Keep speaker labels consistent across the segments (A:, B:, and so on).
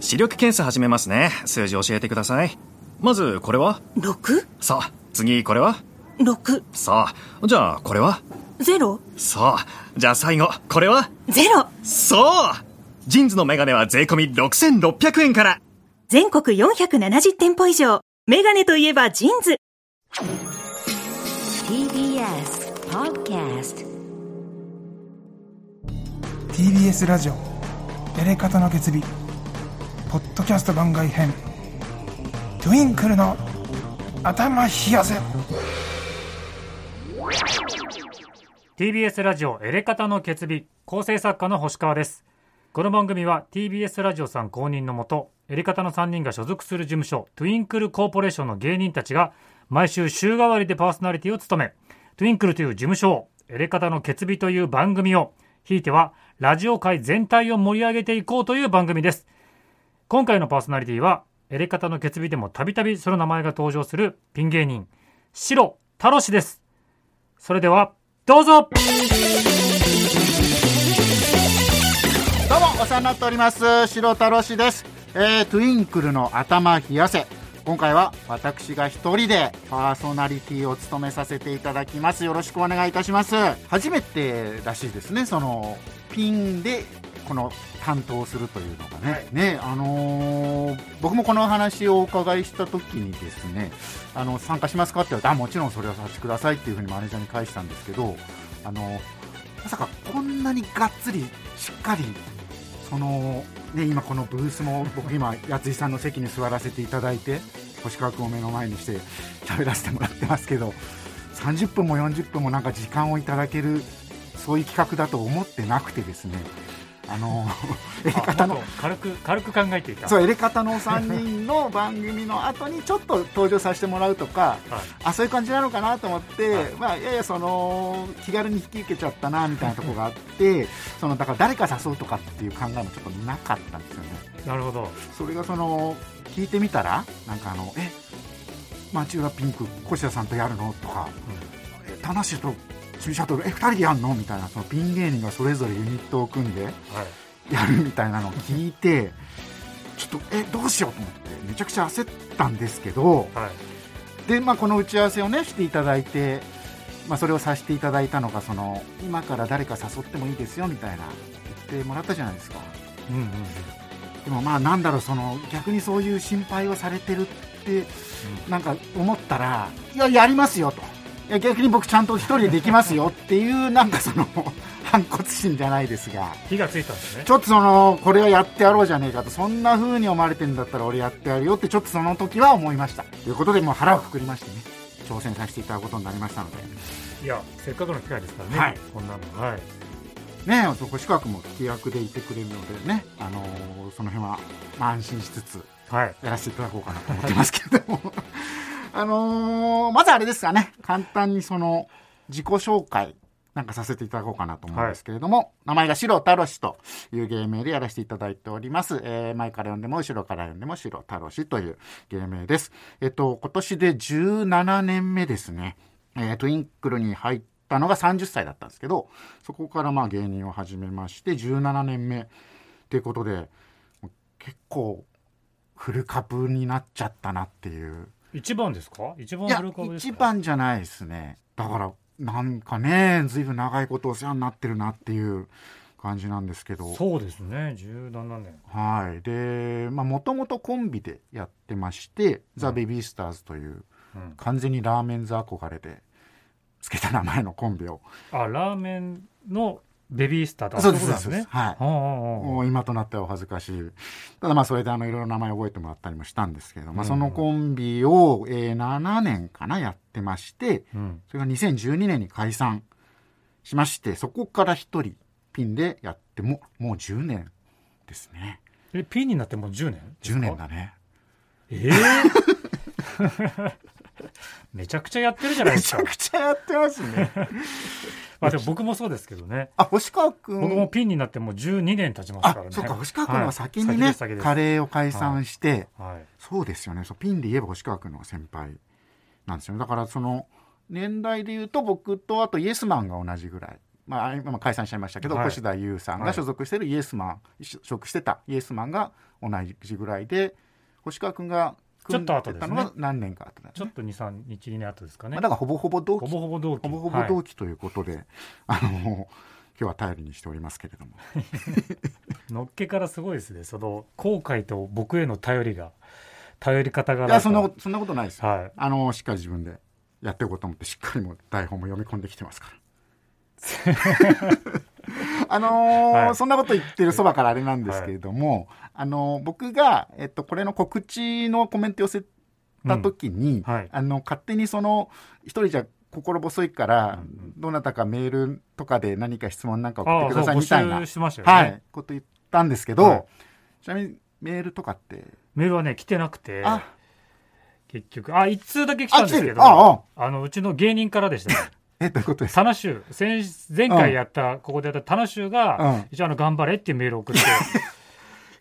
A: 視力検査始めますね。数字教えてください。まず、これは
B: 6?
A: さあ、次、これは
B: 6
A: さあ、じゃあ、これは
B: ゼロ
A: さあ、じゃあ最後、これは
B: ゼロ
A: そうジンズのメガネは税込み6600円から
B: 全国470店舗以上メガネといえばジーンズ
C: TBS Podcast
D: TBS ラジオやれ方の決日ポッドキャスト番外編トゥインクルの頭冷やせ
E: TBS ラジオエレカタの決日構成作家の星川ですこの番組は TBS ラジオさん公認のもとエレカタの3人が所属する事務所トゥインクルコーポレーションの芸人たちが毎週週替わりでパーソナリティを務めトゥインクルという事務所をエレカタの決日という番組をひいてはラジオ界全体を盛り上げていこうという番組です今回のパーソナリティはエレカタの決日でもたびたびその名前が登場するピン芸人白太郎氏ですそれではどうぞ
F: どうもお世話になっております白太郎氏です、えー、トゥインクルの頭冷やせ今回は私が一人でパーソナリティを務めさせていただきますよろしくお願いいたします初めてらしいですねそのピンでこの担当するというのがね、ねあのー僕もこのお話をお伺いした時にですねあの参加しますかって言われてあもちろんそれはさせてくださいっていうふうにマネージャーに返したんですけどあのまさかこんなにがっつりしっかりそのね今このブースも僕今やついさんの席に座らせていただいて星川君を目の前にして喋らせてもらってますけど30分も40分もなんか時間をいただけるそういう企画だと思ってなくてですねあのエレカタ
E: も
F: の
E: っと軽く軽く考えていた
F: そうエレカタの3人の番組の後にちょっと登場させてもらうとか
E: はい
F: あそういう感じなのかなと思って、
E: はい
F: い、まあいやいやその気軽に引き受けちゃったなみたいなところがあってそのだから誰か誘うとかっていう考えもちょっとなかったんですよね
E: なるほど
F: それがその聞いてみたらなんかあのえ町浦ピンク越田さんとやるのとか、え田無と君シャトルえ二人でやるのみたいなそのピン芸人がそれぞれユニットを組んで
E: はい
F: やるみたいなのを聞いてちょっとえどうしようと思ってめちゃくちゃ焦ったんですけど
E: はい
F: で、まあ、この打ち合わせをねしていただいて、まあ、それをさせていただいたのがその今から誰か誘ってもいいですよみたいな言ってもらったじゃないですか
E: うんうんうん
F: でもまあなんだろうその逆にそういう心配をされてるってなんか思ったらいややりますよといや逆に僕ちゃんと一人でできますよっていう なんかその反骨心じゃないですが
E: 火がついたんですね
F: ちょっとそのこれはやってやろうじゃねえかとそんな風に思われてんだったら俺やってやるよってちょっとその時は思いましたということでもう腹をくくりましてね挑戦させていただくことになりましたので
E: いやせっかくの機会ですからね、
F: はい
E: こんなのはい
F: ねえ星川君も聞き役でいてくれるのでね、あのーその辺は、まあ、安心しつつ
E: はい
F: やらせていただこうかなと思ってますけれども あのーまずあれですかね簡単にその自己紹介なんかさせていただこうかなと思うんですけれども、名前が白太郎氏という芸名でやらせていただいております、えー前から読んでも後ろから読んでも白太郎氏という芸名ですえっと今年で17年目ですね、えートゥインクルに入ったのが30歳だったんですけどそこからまあ芸人を始めまして17年目っていうことで結構フル株になっちゃったなっていう
E: 一番ですか一番
F: いや
E: 古株ですか
F: 一番じゃないですねだからなんかねずいぶん長いことお世話になってるなっていう感じなんですけど
E: そうですね17年
F: はいでもともとコンビでやってまして、ザ・ベビースターズという
E: うん
F: 完全にラーメンズ憧れでつけた名前のコンビを
E: あラーメンのベビースターだ
F: そう
E: ね
F: ですはい
E: ああああ
F: もう今となってはお恥ずかしい。ただまあそれであのいろいろ名前覚えてもらったりもしたんですけど、まあそのコンビを、えー7年かなやってまして、
E: うん
F: それが2012年に解散しまして、そこから一人ピンでやっても、もう10年ですね。
E: えピンになってもう10年
F: 10年だね。
E: ええ めちゃくちゃやってるじゃない
F: め
E: で
F: ち
E: す
F: ゃ
E: か
F: くちゃやってますね。
E: まあでも僕もそうですけどね
F: あ、星川くん。
E: 僕もピンになってもう12年経ちます
F: あ
E: からね、
F: そうか、星川くんは先に
E: は
F: ね、
E: い先です
F: カ
E: 先で
F: レーを解散して、
E: すはい
F: そうですよねそうピンで言えば星川君の先輩なんですよねだからその年代で言うと僕とあとイエスマンが同じぐらいまあ、今解散しちゃいましたけど、
E: はい
F: 越田優さんが所属してるイエスマン、所属してたイエスマンが同じぐらいで星川君が組ん
E: ちょっと後です
F: た
E: ね
F: のが何年か後だね
E: ちょっと23日ね後ですかね
F: まあ、だからほぼほぼ同期
E: ほぼほぼ同期
F: ほぼほぼ同期ということで、あの今日は頼りにしておりますけれども
E: のっけからすごいですねその後悔と僕への頼りが頼り方が
F: い
E: な
F: や
E: んか
F: そんなことそんなことないですよ、
E: はい
F: あのしっかり自分でやっていこうと思ってしっかりもう台本も読み込んできてますから あのー
E: はい
F: そんなこと言ってるそばからあれなんですけれども、あのー僕が、えっと、これの告知のコメント寄せた時に、
E: うんはい
F: あの勝手にその一人じゃ心細いから、どなたかメールとかで何か質問なんか送っ
E: あ
F: て
E: あ
F: く
E: そう
F: ださい
E: 募
F: みたいな
E: 集、しましたよね、
F: はい、こと言ったんですけど、
E: はい
F: ちなみにメールとかって、
E: メールはね来てなくて
F: あ
E: 結局あ一通だけ来たんですけど
F: あ来てるあ
E: のうちの芸人からでした ね
F: えどういうことですか
E: タナシュウ先前回やった、ここでやったタナシュウが、
F: うん
E: 一応あの頑張れっていうメールを 送って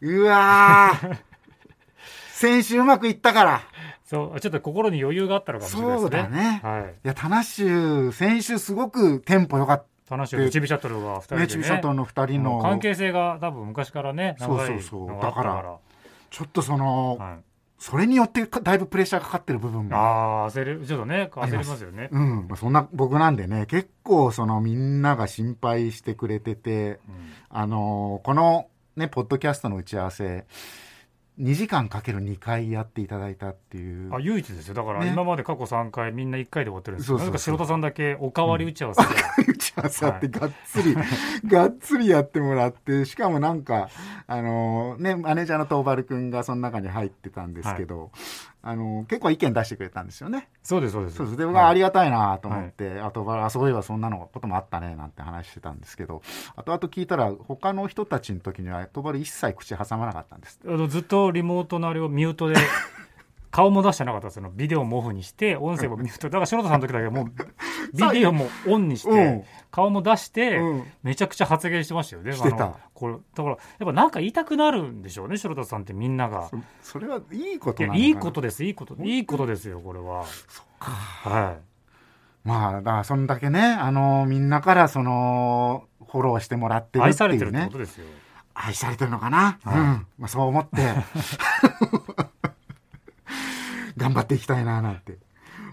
F: うわ ー先週うまくいったから。
E: そうちょっと心に余裕があったのかもしれないですね
F: そうだね
E: はい
F: いや、田無先週すごくテンポ良かっ
E: タナシュウとチビシャトルが2人で
F: た
E: ね
F: ね。チビシャトルの二人
E: も
F: の
E: う。関係性が多分昔からね長いのがあった
F: そうそうそう
E: から
F: だちょっとその、
E: はい
F: それによってだいぶプレッシャーかかってる部分も。
E: ああ焦るちょっとね焦りますよね
F: うん。まあそんな僕なんでね、結構そのみんなが心配してくれてて、あのーこのね、ポッドキャストの打ち合わせ、2時間かける2回やっていただいたっていう。
E: あ唯一ですよだから
F: ね
E: 今まで過去3回みんな1回で終わってるんですけど
F: そ
E: なぜ
F: うそう
E: か
F: そう
E: 白田さんだけおかわり打ち合わせで
F: 打ち合わせあって、がっつり、がっつりやってもらって、しかもなんか、あのね、マネージャーの東丸くんがその中に入ってたんですけど、あの結構意見出してくれたんですよね。
E: そうですそうです
F: そうです。で、僕
E: は
F: はいありがたいなと思って、あと、あ、そういえばそんなのこともあったね、なんて話してたんですけど、あとあと聞いたら、他の人たちの時には、東丸一切口挟まなかったんです。
E: あのずっとリモートのあれをミュー トで顔も出してなかったそのビデオもオフにして音声もミュートだから白田さんの時だけ もうビデオもオンにして、
F: うん
E: 顔も出して、
F: うん
E: めちゃくちゃ発言してましたよね
F: してた
E: あのこれだからやっぱなんか言いたくなるんでしょうね白田さんってみんなが
F: そそれはいいこと
E: い
F: なの
E: や
F: かない
E: いことですいいこといいことですよこれははい
F: まあ、だからそんだけね、あのみんなからその、フォローしてもらってるっていうね。
E: 愛されてるってことですよ。
F: 愛されてるのかな、うん。まあ、そう思って、 頑張っていきたいな、なんて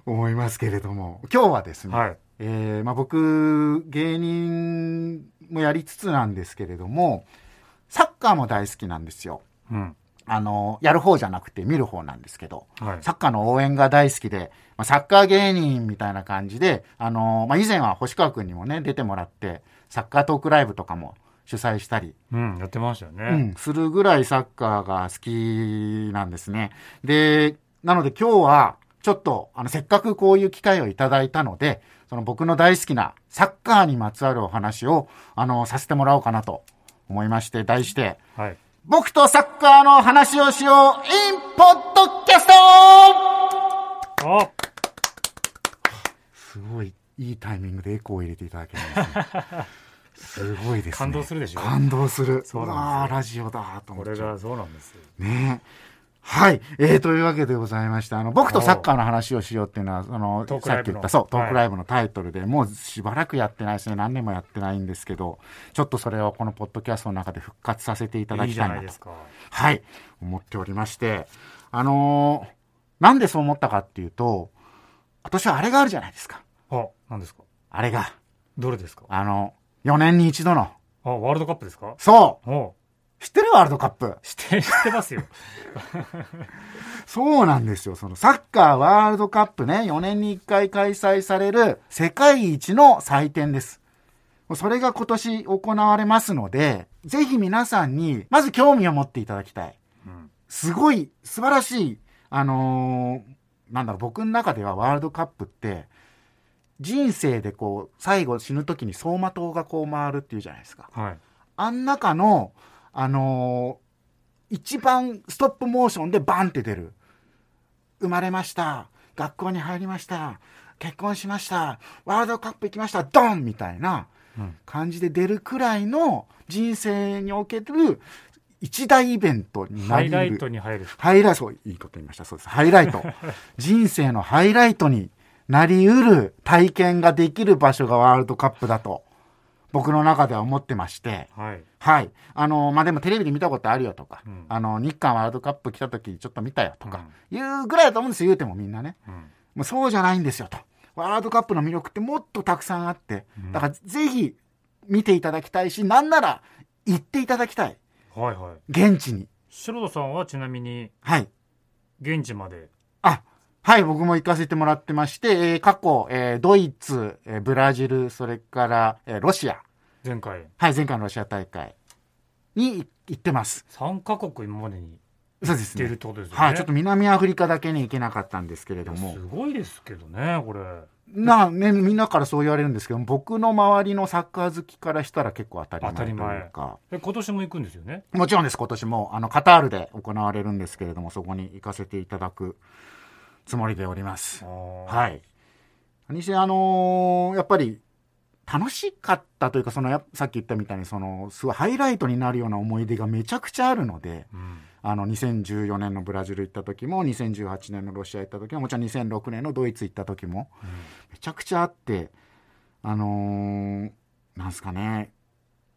F: 思いますけれども。今日はですね、
E: はい。
F: えーまあ、僕、芸人もやりつつなんですけれども、サッカーも大好きなんですよ。
E: うん。
F: あの、やる方じゃなくて見る方なんですけど、
E: はい
F: サッカーの応援が大好きで、まあ、サッカー芸人みたいな感じで、あの、まあ、以前は星川くんにもね、出てもらって、サッカートークライブとかも主催したり、
E: うん、やってましたよね。
F: うん、するぐらいサッカーが好きなんですね。で、なので今日は、ちょっと、あの、せっかくこういう機会をいただいたので、その僕の大好きなサッカーにまつわるお話を、あの、させてもらおうかなと思いまして、題して、
E: はい。
F: 僕とサッカーの話をしよう、インポッドキャスト
E: あ
F: すごい、いいタイミングでエコーを入れていただ けます、ね。すごいですね。
E: 感動するでしょ
F: 感動する。
E: そうなんですよ
F: わあラジオだと思
E: こ
F: っちゃ
E: れ
F: う
E: がそうなんですよ。
F: ねはい。えー、というわけでございまして、あの、僕とサッカーの話をしようっていうのは、その
E: トー、ク
F: さ
E: ラ
F: っ
E: イ
F: き
E: ブ
F: 言
E: の
F: った、そう、トー
E: はい
F: クライブのタイトルで、もうしばらくやってないですね。何年もやってないんですけど、ちょっとそれをこのポッドキャストの中で復活させていただ
E: いい
F: き
E: じ
F: た
E: ゃ
F: いな
E: ない
F: と。
E: ですか。
F: はい、思っておりまして、あのーなんでそう思ったかっていうと、私はあれがあるじゃないですか。
E: あ、何ですか
F: あれが、
E: どれですか
F: あの、4年に一度の、
E: あ、ワールドカップですか
F: そ
E: お
F: う知ってるワールドカップ
E: 知って、知って ますよ。
F: そうなんですよ。そのサッカーワールドカップね、4年に1回開催される世界一の祭典です。それが今年行われますので、ぜひ皆さんに、まず興味を持っていただきたい。
E: ん
F: すごい、素晴らしい、あのーなんだろう、僕の中ではワールドカップって、人生でこう、最後死ぬ時に走馬灯がこう回るっていうじゃないですか。
E: はい。
F: あん中の、あのー一番ストップモーションでバンって出る。生まれました。学校に入りました。結婚しました。ワールドカップ行きました。ドンみたいな感じで出るくらいの人生における一大イベントにな
E: ハ
F: り
E: イ
F: 得る
E: ライトに入る。
F: ハイライト、そういいこと言いました。そうです。ハイラ イト。人生のハイライトになり得る体験ができる場所がワールドカップだと僕の中では思ってまして、
E: はい。
F: はい。あの、まあ、でもテレビで見たことあるよとか、
E: うん
F: あの、日韓ワールドカップ来た時ちょっと見たよとか、いうぐらいだと思うんですよ、言うてもみんなね。
E: うん。
F: もうそうじゃないんですよと。ワールドカップの魅力ってもっとたくさんあって、だからぜひ見ていただきたいし、なんなら行っていただきたい。
E: はいはい。
F: 現地に。
E: 白田さんはちなみに、
F: はい。
E: 現地まで。
F: あ、はい、僕も行かせてもらってまして、えー過去、えードイツ、えーブラジル、それから、えーロシア。
E: 前回、
F: はい、前回のロシア大会に行ってます。
E: 3カ国今までに
F: そうです
E: 行って
F: ね。
E: るってことですよね。
F: はい、ちょっと南アフリカだけに行けなかったんですけれども
E: す。ごいですけどね、これ。
F: なあね、みんなからそう言われるんですけど、僕の周りのサッカー好きからしたら結構当たり前
E: 当たり前
F: というか。
E: え、今年も行くんですよね。
F: もちろんです、今年も、あの、カタールで行われるんですけれども、そこに行かせていただくつもりでおります。
E: は
F: はい。何せ、あのーやっぱり、楽しかったというか、その、やさっき言ったみたいに、その、すごいハイライトになるような思い出がめちゃくちゃあるので、
E: い。うん。
F: あの、2014年のブラジル行った時も、2018年のロシア行った時も、もちろん2006年のドイツ行った時も、めちゃくちゃあって、あのーなんすかね、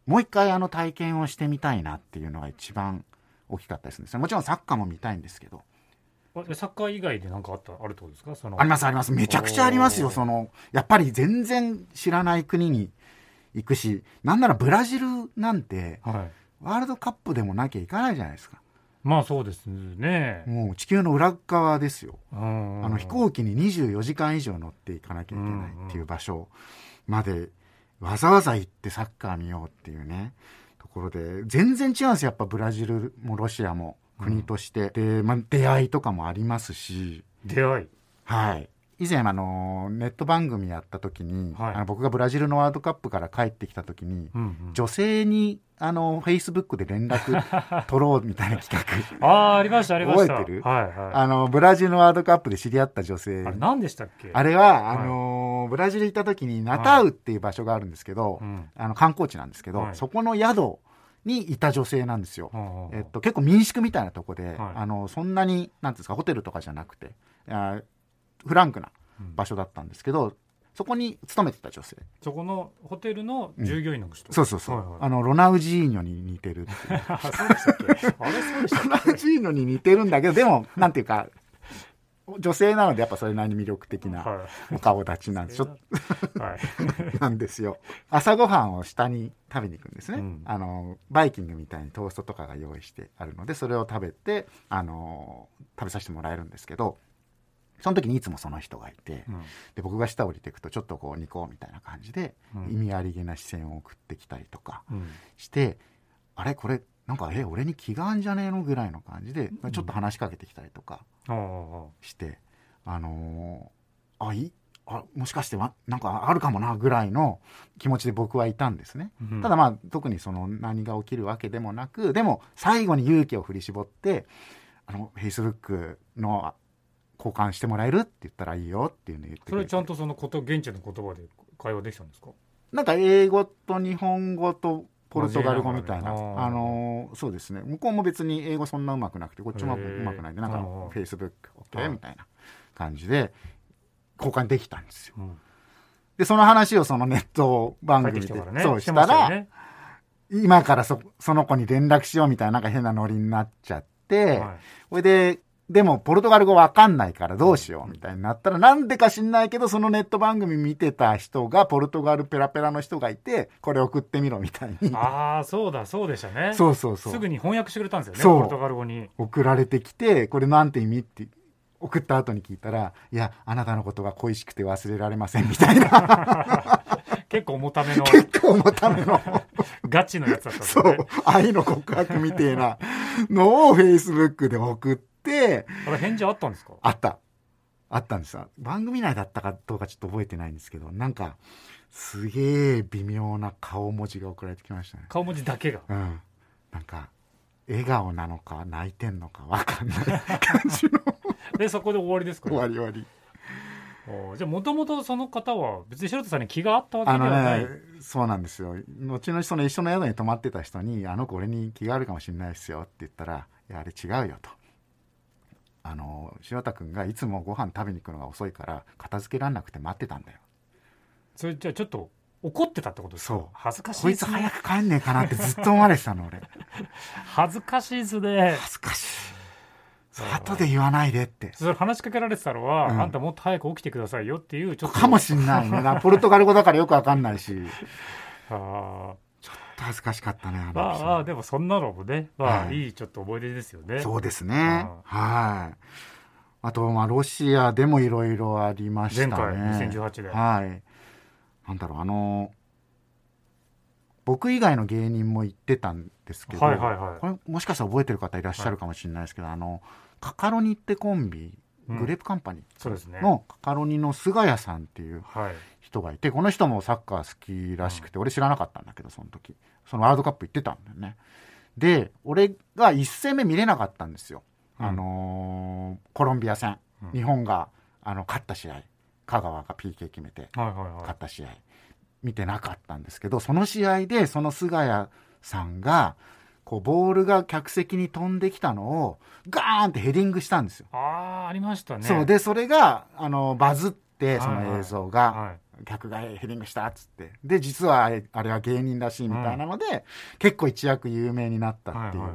F: もう一回あの体験をしてみたいなっていうのが一番大きかったですね。もちろんサッカーも見たいんですけど。
E: あえサッカー以外で何かあった、あるってことですかその。
F: ありますあります。めちゃくちゃあります
E: お
F: よ。
E: ー
F: その、やっぱり全然知らない国に行くし、なんならブラジルなんて、
E: はい。
F: ワールドカップでもなきゃいかないじゃないですか。
E: まあそうですね。
F: もう地球の裏側ですよ。
E: あ
F: あの飛行機に24時間以上乗っていかなきゃいけないっていう場所までわざわざ行ってサッカー見ようっていうねところで全然違うんですよやっぱブラジルもロシアも国として、で、まあ、出会いとかもありますし
E: 出会い。
F: はい以前あのネット番組やった時に、
E: はい
F: あの僕がブラジルのワールドカップから帰ってきた時に、
E: うんうん
F: 女性にあのフェイスブックで連絡取ろうみたいな企画
E: ああ、ありました、ありました。
F: 覚えてる
E: はい は
F: あのブラジルのワールドカップで知り合った女
E: い。
F: 性
E: あれ何でしたっけ
F: あ
E: れ、
F: れは、あのーブラジル行った時にナタウっていう場所があるんですけど、
E: うん。
F: あの観光地なんですけど、
E: はい
F: そこの宿にいた女性なんですよ。
E: はあ
F: えっと、結構民宿みたいなとこで、
E: はい
F: あのそんなになんていうんですかホテルとかじゃなくてあーフランクな場所だったんですけど、そこに勤めてた女性
E: そこのホテルの従業員の人。
F: そうそうそう、
E: はいはい
F: あのロナウジーニョに似 てるっていう
E: あそうでしたっけあれそうでし
F: ロナウジーニョに似てるんだけどでもなんていうか女性なのでやっぱそれなりに魅力的
E: た。
F: な
E: は
F: お顔立ちなんです、ちょっと
E: い。はい。
F: なんですよ。朝ごはんを下に食べに行くんですね。
E: うん
F: あの、バイキングみたいにトーストとかが用意してあるので、それを食べて、あの、食べさせてもらえるんですけど、その時にいつもその人がいて、
E: うん
F: で、僕が下降りていくと、ちょっとこう、ニコみたいな感じで、
E: うん
F: 意味ありげな視線を送ってきたりとか
E: うん
F: して、あれこれ、なんか、え、俺に気があんじゃねえのぐらいの感じで、ちょっと話しかけてきたりとか、
E: ああ
F: して、あのーあいいあもしかしてわなんかあるかもなぐらいの気持ちで僕はいたんですね、
E: うん
F: ただまあ特にその何が起きるわけでもなくでも最後に勇気を振り絞ってあの Facebook のあ交換してもらえるって言ったらいいよっていうのを言って
E: そ
F: くれ
E: れ
F: て
E: ちゃんとそのこと、現地の言葉で会話できたんですか
F: なんか英語と日本語とポルトガル語みたいな、
E: 混ぜながらね
F: あのーそうですね向こうも別に英語そんなうまくなくてこっちも
E: へー
F: うまくないんでなんか
E: ああ
F: フェイスブック
E: ああ
F: OK みたいな感じで交換できたんですよ
E: うん。
F: でその話をそのネット番
E: 帰って
F: 組
E: き
F: で
E: たからね。
F: そう
E: し
F: してた
E: まよ
F: ら、
E: ね
F: 今からそその子に連絡しようみたいななんか変なノリになっちゃって、
E: はい
F: それで、でも、ポルトガル語わかんないからどうしようみたいになったら、なんでか知んないけど、そのネット番組見てた人が、ポルトガルペラペラの人がいて、これ送ってみろみたいに。
E: ああ、そうだ、そうでしたね。
F: そうそうそ
E: すぐ
F: う。
E: に翻訳してくれたんですよね、
F: そう
E: ポルトガル語に。
F: 送られてきて、これなんて意味って、送った後に聞いたら、いや、あなたのことが恋しくて忘れられませんみた いな、
E: 結構重ための、
F: 結構重た めの、
E: ガチのやつだったんです
F: そ
E: よね
F: う。、愛の告白みたいなのを Facebook で送って、
E: あれ、返事あったんですか
F: あった。あったんですよ。番組内だったかどうかちょっと覚えてないんですけど、なんか、すげえ微妙な顔文字が送られてきましたね。
E: 顔文字だけが。
F: うん。なんか、笑顔なのか泣いてんのかわかん ない感じの
E: で、そこで終わりですか
F: 終
E: ら、
F: わり終わり。
E: おーじゃあ、もともとその方は、別に白田さんに気があったわけ
F: あ
E: では
F: の
E: ない。
F: ね、そうなんですよ。後々その一緒の宿に泊まってた人に、あの子俺に気があるかもしれないですよって言ったら、いや、あれ違うよと。あの、柴田くんがいつもご飯食べに行くのが遅いから、片付けらんなくて待ってたんだよ。
E: それじゃあ、ちょっと怒ってたってことですか
F: そう
E: 恥ずかしい
F: こい
E: で
F: つ
E: す
F: 早
E: ね
F: く帰んねえかなってずっと思われてたの俺
E: 恥ずかしいですね
F: 恥ずかしい後で言わないでって
E: それ話しかけられてたのは、
F: うん
E: あんたもっと早く起きてくださいよっていうちょっと
F: かもしんないね だからポルトガル語だからよくわかんないし
E: あー
F: 恥ずかしかったねあの
E: まあ
F: エピソード
E: まあでもそんなのもね、まあ、
F: はい
E: いいちょっと思い出ですよね。
F: そうですね。はい。あと、まあ、ロシアでもいろいろありましたね。
E: 前回2018で
F: はい。なんだろう、あの、僕以外の芸人も言ってたんですけど、
E: はいはいはい
F: これもしかしたら覚えてる方いらっしゃるかもしれないですけど、あの、カカロニってコンビ、
E: うん
F: グレープカンパニ
E: そうですね
F: ー。のカカロニの菅谷さんっていう
E: はい。
F: 人がいて、この人もサッカー好きらしくて、俺知らなかったんだけど、その時。そのワールドカップ行ってたんだよね。で、俺が1戦目見れなかったんですよ。
E: うん
F: あのーコロンビア戦。
E: うん
F: 日本が、あの、勝った試合。香川が PK 決めて、
E: はいはいは
F: 勝った試合。見てなかったんですけど、その試合で、その菅谷さんが、こう、ボールが客席に飛んできたのを、ガーンってヘディングしたんですよ。
E: い。ああ、ありましたね。
F: そう。で、それが、あの、バズって、そ
E: はいは
F: の
E: い
F: 映像が。
E: は
F: 客がヘディングしたっつってで実はあれあれは芸人らしいみたいなので、結構一躍有名になっ
E: い。
F: た
E: はい
F: っ
E: は
F: て
E: い
F: いう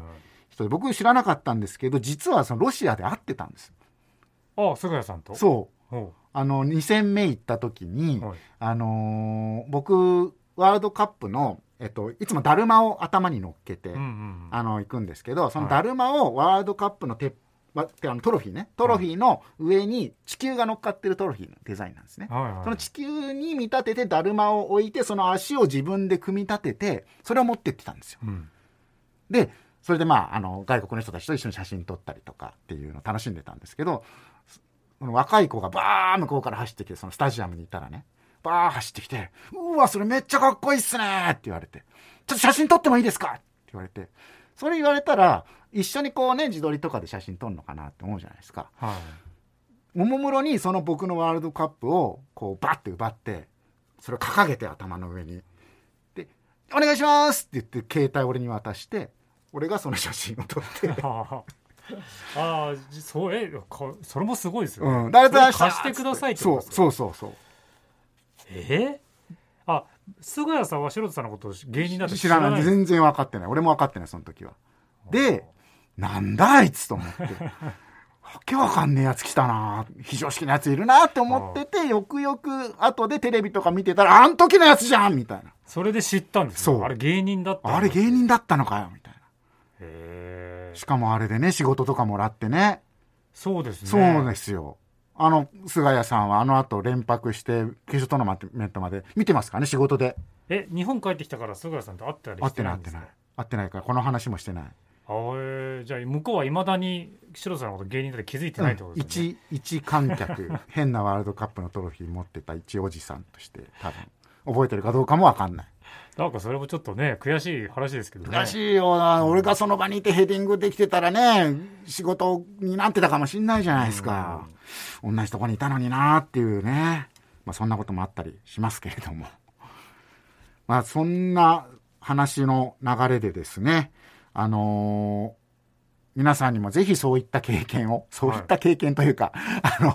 F: 人で、
E: は
F: 僕知らなかったんですけど実はそのロシアで会ってたんです
E: い。ああ、菅谷さんと。う。
F: そう
E: おう
F: あの2戦目行った時に、
E: はい
F: あのー僕ワールドカップの、えっと、いつもだるまを頭に乗っけて、
E: うんうんうん。
F: あの行くんですけどその
E: はい
F: だるまをワールドカップのてっわてあのトロフィーねトロフィーの上に地球が乗っかってるトロフィーのデザインなんですね、
E: はいはい。
F: その地球に見立ててだるまを置いてその足を自分で組み立ててそれを持ってってたんですよ
E: うん。
F: でそれでまああの外国の人たちと一緒に写真撮ったりとかっていうのを楽しんでたんですけどその若い子がバー向こうから走ってきてそのスタジアムにいたらねバー走ってきて「うわそれめっちゃかっこいいっすね」って言われて「ちょっと写真撮ってもいいですか?」って言われてそれ言われたら一緒にこうね自撮りとかで写真撮るのかなって思うじゃないですか
E: はい。
F: ももむろにその僕のワールドカップをこうバッて奪ってそれを掲げて頭の上にで「お願いします!」って言って携帯俺に渡して俺がその写真を撮って
E: ああ ああ、じそう、え、かそれもすごいですよね。
F: うん誰と
E: それ貸してくださいってこと
F: そう
E: ですか
F: そうそうそう
E: えーあ、菅谷さんは素人さんのことを芸人だって
F: 知らない
E: です
F: 全然分かってない俺も分かってないその時はでなんだあいつと思って わけわかんねえやつ来たな非常識なやついるなって思っててよくよく後でテレビとか見てたらあん時のやつじゃんみたいな
E: それで知ったんですよ
F: そう
E: あれ芸人だったんだ
F: あれ芸人だったのかよみたいな
E: へー
F: しかもあれでね、仕事とかもらってね。
E: そうですね。
F: そうですよ。あの、菅谷さんはあの後連泊して、決勝トーナメントまで見てますからね、仕事で。
E: え、日本帰ってきたから菅谷さんと会ったり
F: 会
E: し
F: っ
E: てて
F: な
E: ないん
F: い、会っ
E: で
F: て
E: す
F: な
E: か
F: い。会ってないから、この話もしてない。
E: あえーじゃあ向こうはいまだに白田さんのこと芸人だって気づいてないってことですよね、
F: 一、一観客、変なワールドカップのトロフィー持ってた一おじさんとして、多分、覚えてるかどうかもわかんない。
E: なんかそれもちょっとね悔しい話ですけどね
F: らしいよな、俺がその場にいてヘディングできてたらね、仕事になってたかもしんないじゃないですか。同じとこにいたのになっていうね。まあそんなこともあったりしますけれども。 まあそんな話の流れでですね、あのー皆さんにもぜひそういった経験を、そういった経験というか、 あの、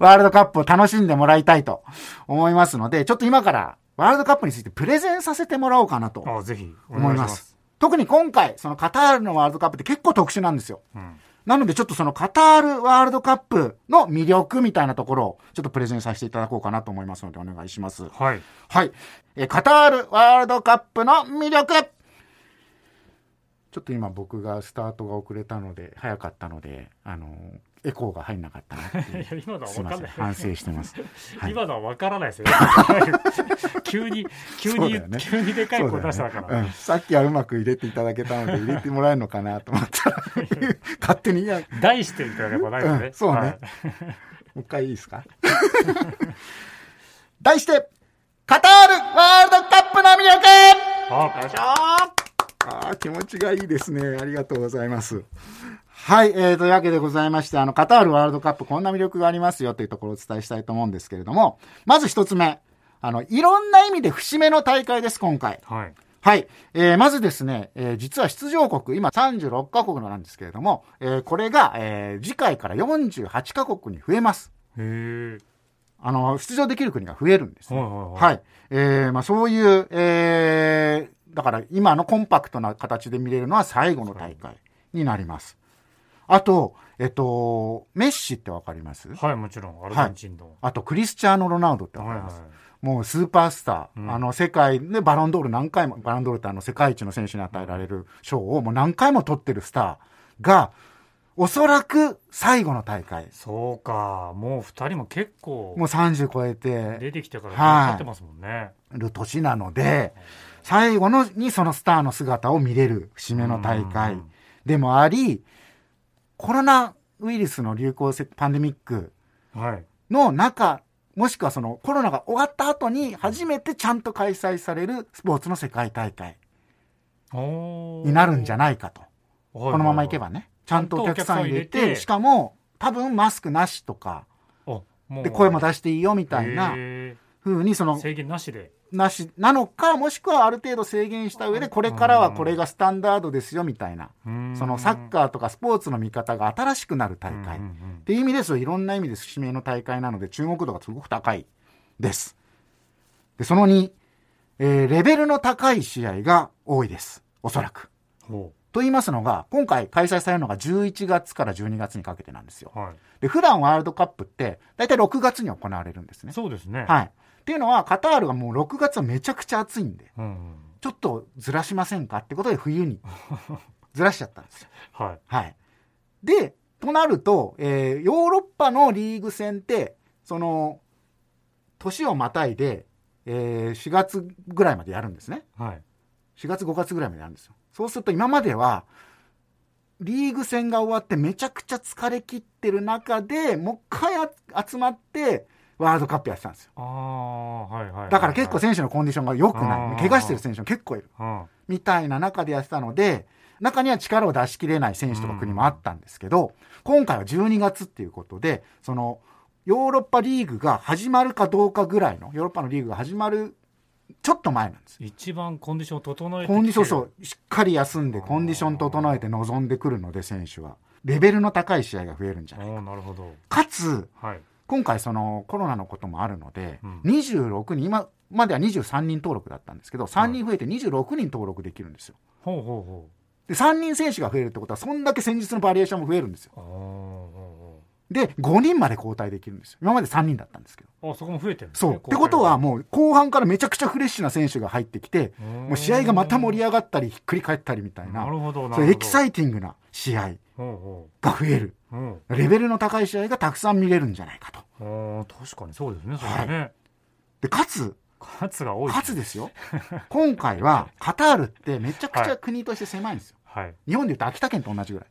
F: ワールドカップを楽しんでもらいたいと思いますので、ちょっと今からワールドカップについてプレゼンさせてもらおうかなと
E: あぜひお願
F: 思い
E: いし
F: ま
E: ますす。
F: 特に今回、そのカタールのワールドカップって結構特殊なんですよ。
E: うん
F: なのでちょっとそのカタールワールドカップの魅力みたいなところをちょっとプレゼンさせていただこうかなと思いますのでお願いします。
E: はい
F: はい。えーカタールワールドカップの魅力ちょっと今僕がスタートが遅れたので、早かったので、あのーエコーが入んなかったなってい
E: いや
F: う。
E: 今のは
F: す
E: 分
F: いま
E: かん
F: せん。
E: ない
F: 反省してます。はい
E: 今のは分からない ですよ急に急
F: そう
E: に、
F: だよね
E: 急にでかい声出したか
F: そう
E: ら、
F: だよねうんさっきはうまく入れていただけたので入れてもらえるのかなと思っ たら勝手にいやも
E: 題していただけばないので、
F: うんそうね
E: はいう
F: 一回いいですか 題してカタールワールドカップの魅力
E: あ
F: よいしょーあー気持ちがいいですねありがとうございますはい、えー、というわけでございましてあのカタールワールドカップこんな魅力がありますよというところをお伝えしたいと思うんですけれどもまず一つ目あのいろんな意味で節目の大会です今回
E: はい
F: はい。えーまずですね、えー実は出場国、今36カ国のなんですけれども、えーこれが、えー次回から48カ国に増えます。
E: へえ
F: あの、出場できる国が増えるんですね、
E: はいはいはい
F: はい。えーまあそういう、えーだから今のコンパクトな形で見れるのは最後の大会になります。あと、えっと、メッシってわかります
E: はい、もちろん、アルゼンチンの。
F: あと、クリスチャーノ・ロナウドってわか
E: はい
F: り
E: は
F: ます、
E: い。
F: もうスーパースタ
E: う
F: ー、
E: ん
F: あの世界でバロンドール何回も、バロンドールってあの世界一の選手に与えられる賞をもう何回も取ってるスターが、おそらく最後の大会、
E: そうか、もう二人も結構
F: もう30超え
E: 出
F: て
E: てきてから
F: はい
E: 経ってますもんね。
F: る年なので、最後のにそのスターの姿を見れる節目の大
E: う
F: 会
E: ん
F: でもあり、コロナウイルスの流行せ、パンデミック
E: はい。
F: の中、もしくはそのコロナが終わった後に初めてちゃんと開催されるスポーツの世界大会
E: お
F: になるんじゃ
E: ない
F: ないかと。
E: こ
F: このままいけばね、ちゃんとお客さん入れ
E: ちゃんとお客さん入れ
F: て、
E: て
F: しかも、多分マスクなしとか、
E: あも
F: で、声も
E: し
F: 出していいよみたいな風に、その、
E: 制限なしで。
F: なし、なのか、もしくはある程度制限した上で、これからはこれがスタンダードですよみたいな、そのサッカーとかスポーツの見方が新しくなる大会。っていう意味ですよ。いろんな意味で節目の大会なので、注目度がすごく高いです。で、その2、えーレベルの高い試合が多いです。おそらく。
E: ほ
F: と言いますのが、今回開催されるのが11月から12月にかけてなんですよ
E: う。は
F: で、普段ワールドカップって、大体6月に行われるんです
E: い。
F: ね。
E: そうですね。
F: はい。っていうのは、カタールがもう6月はめちゃくちゃ暑いんで、
E: うんうん。
F: ちょっとずらしませんかってことで 冬にずらしちゃったんですよ。
E: はい。
F: はい。で、となると、えーヨーロッパのリーグ戦って、その、年をまたいで、え4月ぐらいまでやるんですね。
E: はい。
F: 4月5月ぐらいまでやるんですよそうすると今まではリーグ戦が終わってめちゃくちゃ疲れ切ってる中でもう一回あ集まってワールドカップやってたんですよ
E: ああ、はいはい。
F: だから結構
E: はい
F: 選手のコンディションが良く
E: あ
F: ない
E: ー
F: 怪我してる選手も結構いる
E: はい
F: みたいな中でやってたので中には力を出し切れない選手とか国もあったんですけど、今回は12月っていうことでそのヨーロッパリーグが始まるかどうかぐらいのヨーロッパのリーグが始まるちょっと前なんです
E: うん一番コンディションを整えてきてる
F: コンディション、そう、しっかり休んで、コンディション整えて臨んでくるので、選手は。レベルの高い試合が増えるんじゃない
E: おーなるほど。
F: かつ、
E: はい。
F: 今回そのコロナのこともあるので、
E: うん
F: 26人、今までは23人登録だったんですけど、3人増えて26人登録できるんですよ。
E: ほうほ
F: で、3人選手が増えるってことは、そんだけ戦術のバリエーションも増えるんですよ
E: う。ほう。あーほ
F: で、5人まで交代できるんですよ。今まで3人だったんですけど。
E: うほう。あ、そこも増えてるんです
F: そう。
E: ね
F: ってことは、、もう後半からめちゃくちゃフレッシュな選手が入ってきて、も
E: も
F: う試合がまた盛り上がったり、ひっくり返ったりみたいな
E: な、るほど、な
F: そ
E: る
F: う
E: ほど。
F: いうエキサイティングな試合。
E: ほ
F: が増える。
E: うほう。うん。
F: レベルの高い試合がたくさん見れるんじゃないかと。
E: あー確かにそうですね、それね。
F: で、かつ、
E: 数が多い。
F: かつですよ。今回は、カタールってめちゃくち
E: は
F: ゃ
E: い
F: 国として狭いんですよ。
E: はい。
F: 日本で言うと秋田県と同じぐらい。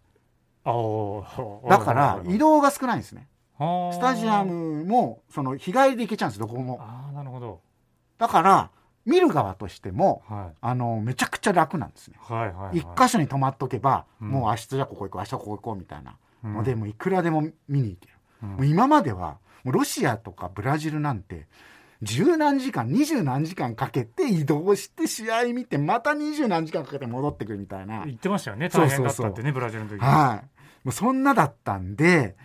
E: あー
F: だから、移動が少ないんですね。ス
E: ス
F: タジアムも、その、日帰りで行けちゃうんです、どこも。
E: ああなるほど、
F: だから、見る側としても、
E: はい、
F: あの、めちゃくちゃ楽なんですね。
E: はいはいはい
F: 一箇所に泊まっとけば、
E: うん
F: もう明日じゃここ行こう、明日ここ行こうみたいな
E: うん
F: ので、もういくらでも見に行ける。
E: うん
F: もう今までは、もうロシアとかブラジルなんて、十何時間、二十何時間かけて移動して試合見て、また二十何時間かけて戻ってくるみたいな
E: 言。ってましたよね
F: そう
E: 大
F: そ
E: 変
F: う
E: だ
F: そ
E: っ
F: う
E: たってねブラジルの時
F: はい。もうそんなだったんで、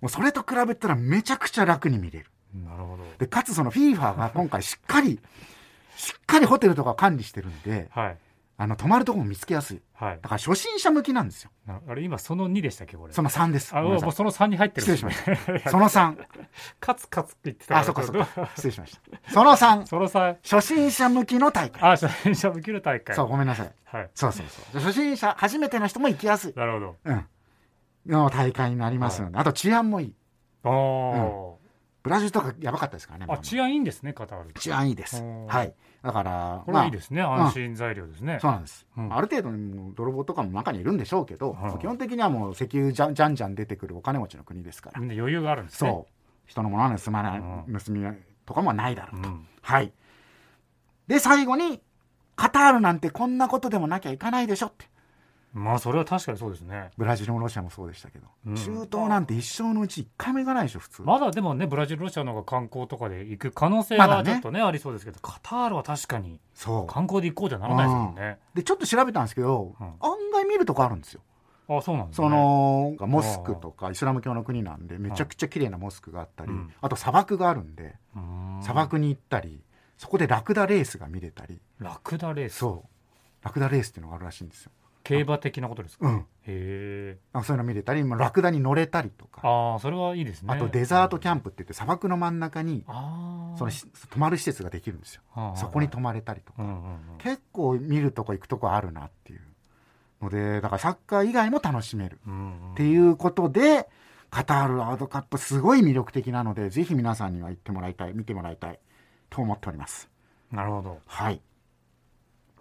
F: もうそれと比べたらめちゃくちゃ楽に見れる。
E: なるほど
F: で、かつその FIFA が今回しっかり、しっかりホテルとかを管理してるんで、
E: はい
F: あの、泊まるとこも見つけやすい。
E: はい
F: だから初心者向きなんですよ。
E: なあれ今その2でしたっけこれ
F: その3です。
E: あ
F: ごめんなさ
E: も
F: いう
E: その3に入ってる
F: 失礼しました その3。
E: カツカツって言ってたら
F: あ、そっかそっか。失礼しました。その 3。
E: その3
F: 初心者向きの大会。
E: あ初心者向きの大会
F: そう、ごめんなさい。
E: はい
F: そうそうそう。初心者、初めての人も行きやすい。
E: なるほど
F: うん。の大会になりますので、あと治安もいい。
E: あー、
F: ブラジルとかやばかったですからね。まあ
E: あ
F: まあ
E: 治安いいんですねカタール
F: 治安いいです
E: お。ー
F: はい。だから、。
E: これいいですすね、
F: あ
E: 安心材料ですね
F: そうなんです。
E: うん
F: ある程度、もう泥棒とかも中にいるんでしょうけど、
E: はい
F: 基本的にはもう石油じゃんじゃんじゃん出てくるお金持ちの国ですから。
E: みんな余裕があるんですね
F: そう。人のものは盗まない、
E: う
F: 盗みとかもないだろうと。
E: うん
F: はい。で、最後に、カタールなんてこんなことでもなきゃいかないでしょって。
E: まあそれは確かにそうですね
F: ブラジルもロシアもそうでしたけど、
E: うん
F: 中東なんて一生のうち一回も行かないでしょ普通、
E: まだでもねブラジルロシアの方が観光とかで行く可能性
F: まだ
E: は
F: ね
E: ちょっとね,、ありそうですけどカタールは確かに
F: そ
E: 観光で行こうじゃならないですもんね
F: うでちょっと調べたんですけど、
E: うん
F: 案外見るとこあるんですよ
E: あそうなんですね
F: その、モスクとかイスラム教の国なんでめちゃくちゃ綺麗なモスクがあったり、
E: うん
F: あと砂漠があるんで
E: うーん
F: 砂漠に行ったりそこでラクダレースが見れたり
E: ラクダレース
F: そうラクダレースっていうのがあるらしいんですよ、
E: 競馬的なことですか、
F: うん、
E: へえ
F: あそういうの見れたりまあラクダに乗れたりとか
E: ああそれはいいですね
F: あとデザートキャンプって言って砂漠の真ん中に
E: ああ
F: そのし泊まる施設ができるんですよ
E: はあ
F: そこに泊まれたりと
E: う
F: か
E: んうんうん
F: 結構見るとこ行くとこあるなっていうのでだからサッカー以外も楽しめる
E: うんうん
F: っていうことで、カタールワールドカップすごい魅力的なので、ぜひ皆さんには行ってもらいたい、見てもらいたいと思っております。
E: なるほど
F: はい。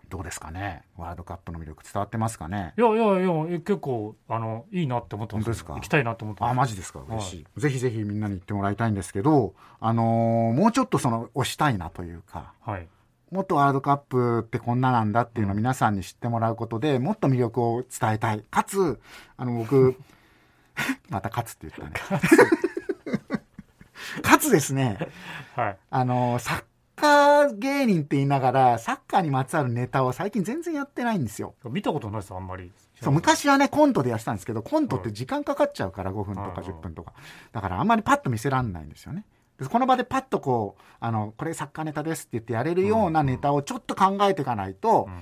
F: どうですかねワールドカップの魅力伝わってますかね
E: いやいやいやえ結構あのいいなって思ってます
F: 本当ですか
E: 行きたいなって思ってます
F: あ、マジですか嬉しい。ぜひぜひみんなに行ってもらいたいんですけど、あのーもうちょっとその、押したいなというか、
E: はい
F: もっとワールドカップってこんななんだっていうのを皆さんに知ってもらうことで、もっと魅力を伝えたい。かつ、あの、僕、 またかつって言ったね。 かつですね、
E: はい
F: あの、サッカー芸人って言いながら、サッカーにまつわるネタを最近全然やってないんですよ。
E: 見たことないですあんまり
F: そう、昔はね、コントでやってたんですけど、コントって時間かかっちゃうから、5分と
E: はい
F: か
E: はい
F: 10分とか。だからあんまりパッと見せらんないんですよね。でこの場でパッとこう、あの、これサッカーネタですって言ってやれるようなネタをちょっと考えていかないと
E: う、ん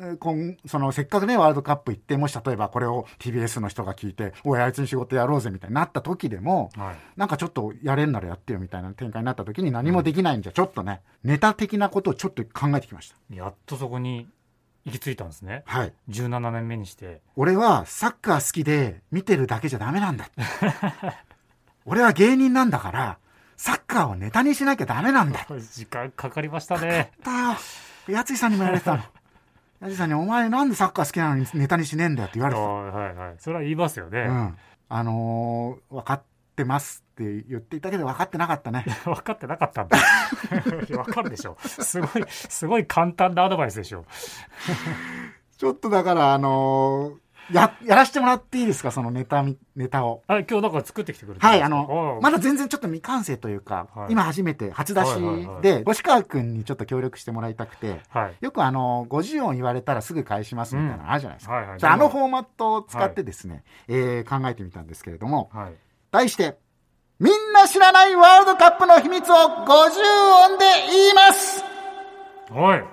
F: えーこんそのせっかくね、ワールドカップ行って、もし例えばこれを TBS の人が聞いて、おい、あいつに仕事やろうぜみたいになった時でも、
E: はい
F: なんかちょっとやれんならやってよみたいな展開になった時に何もできないんじゃ、ちょっとね、ネタ的なことをちょっと考えてきました。
E: やっとそこに行き着いたんですね
F: はい。
E: 17年目にして
F: 俺はサッカー好きで見てるだけじゃダメなんだ。俺は芸人なんだから、サッカーをネタにしなきゃダメなんだ。
E: 時間かかりましたね
F: だよ。やついさんにもやられてたの。やついさんに、お前なんでサッカー好きなのにネタにしねえんだよって言われてた。
E: はいはいはいそれは言いますよね、
F: うん、あのー分かってますって言っていたけど分かってなかったね
E: 分かってなかったんだ いや分かるでしょすごいすごい簡単なアドバイスでしょ
F: ちょっとだからあのーややらせてもらっていいですかそのネタみネタを
E: あ今日なんか作ってきてくれたん
F: は
E: で
F: い
E: す
F: あ
E: か
F: の
E: ー
F: まだ全然ちょっと未完成というか、
E: はい
F: 今初めて初出し
E: はいはいはい
F: で星川君にちょっと協力してもらいたくて
E: はい
F: よくあのー50音言われたらすぐ返しますみたいなのあるじゃないですか、
E: はいはい
F: じゃああのフォーマットを使ってですね、えー考えてみたんですけれども
E: はい
F: 題してみんな知らないワールドカップの秘密を50音で言います
E: はい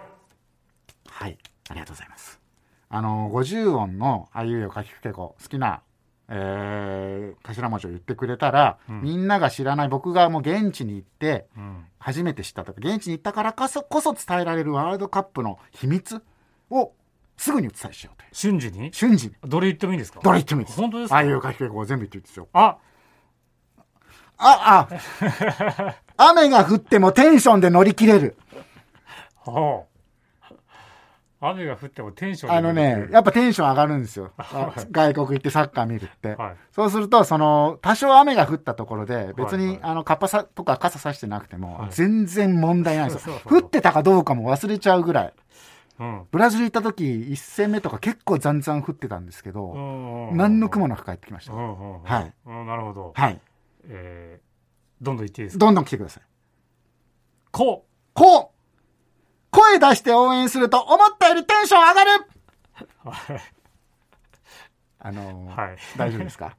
F: はい、ありがとうございます。あの、50音のあいうえおかきくけこ、好きな、えー頭文字を言ってくれたら、みんなが知らない、僕がもう現地に行って、
E: うん
F: 初めて知ったとか、現地に行ったからこそ、こそ伝えられるワールドカップの秘密を、すぐにお伝えしようという。
E: 瞬時に
F: 瞬時に。
E: どれ言ってもいいんですか
F: どれ言ってもいいです。
E: 本当ですか
F: あいうえおかきくけこを全部言っていいですよ。
E: あ
F: あ、 あ、雨が降ってもテンションで乗り切れる。
E: はあ雨が降ってもテンション
F: あのね、やっぱテンション上がる んですよ。外国行ってサッカー見るって。
E: はい
F: そうすると、その、多少雨が降ったところで、別に、
E: はいはい
F: あの、カッパさとか傘さしてなくても、
E: はい
F: 全然問題ないんです
E: そう
F: よ
E: そう。そう
F: 降ってたかどうかも忘れちゃうぐらい。
E: うん
F: ブラジル行った時、1戦目とか結構ざんざん降ってたんですけ
E: う
F: ど、
E: んうん
F: 何の雲なく帰ってきました
E: う。んうんうん
F: はい
E: うんなるほど
F: はい。
E: えーどんどん言っていいですか
F: どんどん来てください。
E: こ
F: こう声出して応援すると思ったよりテンション上がるあのー
E: はい
F: 大丈夫ですか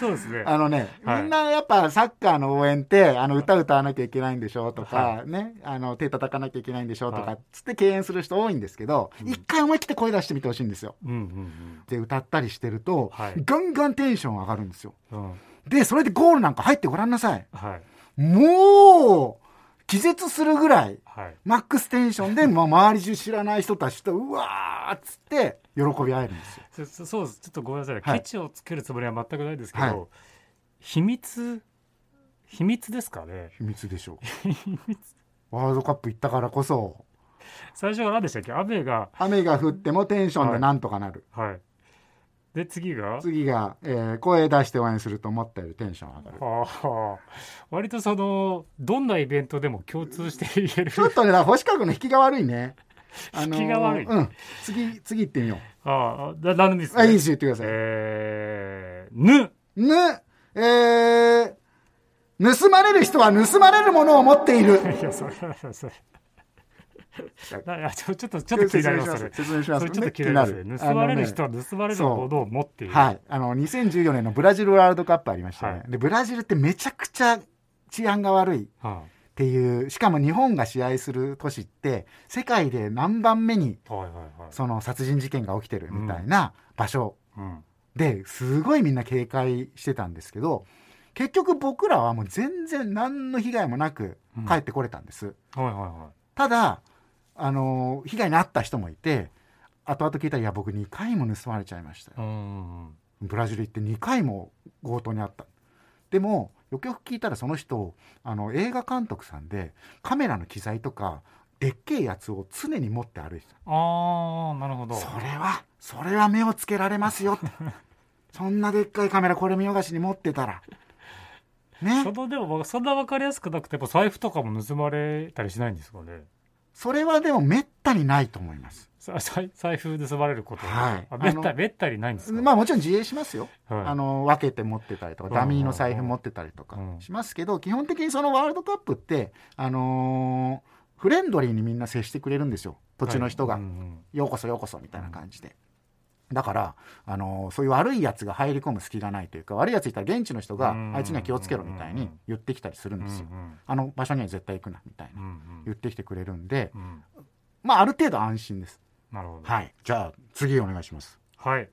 E: そうです ね
F: あのね、
E: はい
F: みんなやっぱサッカーの応援って、あの歌歌わなきゃいけないんでしょとか、
E: は
F: ね、あの手叩かなきゃいけないんでしょと
E: は
F: か
E: い、
F: つって敬遠する人多いんですけど、一回思い切って声出してみてほしいんですよ。
E: うんうん
F: で、歌ったりしてると、
E: はい
F: ガンガンテンション上がるんですよ。
E: うんうん
F: で、それでゴールなんか入ってごらんなさい。
E: はい
F: もう、気絶するぐらい、
E: はい
F: マックステン ションで、まあ、周り中知らない人たちと、うわーっつって、喜び合えるんですよ。
E: そそそうですちょっとごめんなさい、
F: はい
E: ケチをつけるつもりは全くないですけど、
F: はい
E: 秘密秘密ですかね
F: 秘密でしょう。 ワールドカップ行ったからこそ、
E: 最初は何でしたっけ雨が
F: 雨が降ってもテンションでなんとかなる。
E: はいで次が
F: 次が、えー声出して応援すると思ったよりテンション上がる。
E: ああ割とそのどんなイベントでも共通して言 える
F: ちょっとね、だから星川君の引きが悪いね。ー
E: 引きが悪い
F: うん。次、次行ってみよ
E: ああだ何でもいいです
F: う。あ、いいですよ、言ってください。
E: えー、ぬ
F: ぬ、えー、盗まれる人は盗まれるものを持っている。
E: いやそれそれなあちょちょっとちょっと気になりますそれ
F: 説明します
E: それちょっと気
F: 説
E: に
F: 明
E: なりますね
F: しますね
E: 盗
F: 気になる
E: まれ
F: あの
E: る
F: ね
E: 人は盗まれるほどを持っている
F: はい、あの2014年のブラジルワールドカップありましたね、
E: は
F: でブラジルってめちゃくちゃ治安が悪いっ
E: は
F: ていうしかも日本が試合する都市って世界で何番目に
E: いはいはいはい
F: その殺人事件が起きてるみたいな場所
E: うん
F: ですごいみんな警戒してたんですけど結局僕らはもう全然何の被害もなく帰ってこれたんです、
E: はいはいは
F: ただあの被害に遭った人もいて後々聞いたら「いや僕2回も盗まれちゃいまし
E: い
F: たよ
E: うん
F: ブラジル行って2回も強盗にあったでもよくよく聞いたらその人あの映画監督さんでカメラの機材とかでっけえやつを常に持って歩いてた
E: ああなるほど
F: それはそれは目をつけられま すよってそんなでっかいカメラこれ見よがしに持ってたらね
E: そのでもそんな分かりやすくなくてやっぱ財布とかも盗まれたりしないんですかね
F: それはでもめったにないと思います
E: さ財財布盗まれること
F: はい
E: あめっ
F: あ
E: た
F: の
E: めったりないんですか
F: まあもちろん自衛しますよ、
E: はい
F: あの分けて持ってたりとか
E: うんうんう
F: ダ
E: ん
F: ミーの財布持ってたりとか
E: うん
F: しますけど、基本的にそのワールドカップって、あのーフレンドリーにみんな接してくれるんですよ土地の人が、
E: はいうん
F: ようこそようこそみたいな感じで。だから、あのーそういう悪いやつが入り込む隙がないというか悪いやついたら現地の人が
E: うん
F: あいつには気をつけろみたいに言ってきたりする
E: うんんう
F: ですよ、
E: ん
F: あの場所には絶対行くなみたい
E: うんう
F: なん言ってきてくれるんで、
E: うん
F: まあある程度安心です
E: なるほど
F: はいじゃあ次お願いします
E: はい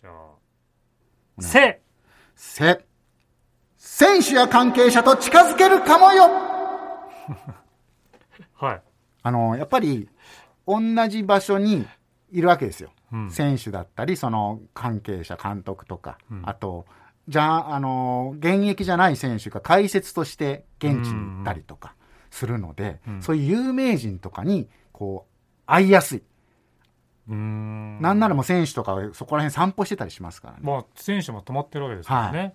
E: じゃあ
F: ね
E: せ
F: せ、選手や関係者と近づけるかもよ
E: はい
F: あの、やっぱり、同じ場所にいるわけですよ。
E: うん
F: 選手だったり、その関係者、監督とか、
E: うん
F: あと、じゃあ、あの、現役じゃない選手が解説として現地に行ったりとかするので、
E: うん
F: そういう有名人とかに、こう、会いやすい。
E: うーん
F: なんならもう選手とかはそこら辺散歩してたりしますからね。
E: まあ選手も止まってるわけですよね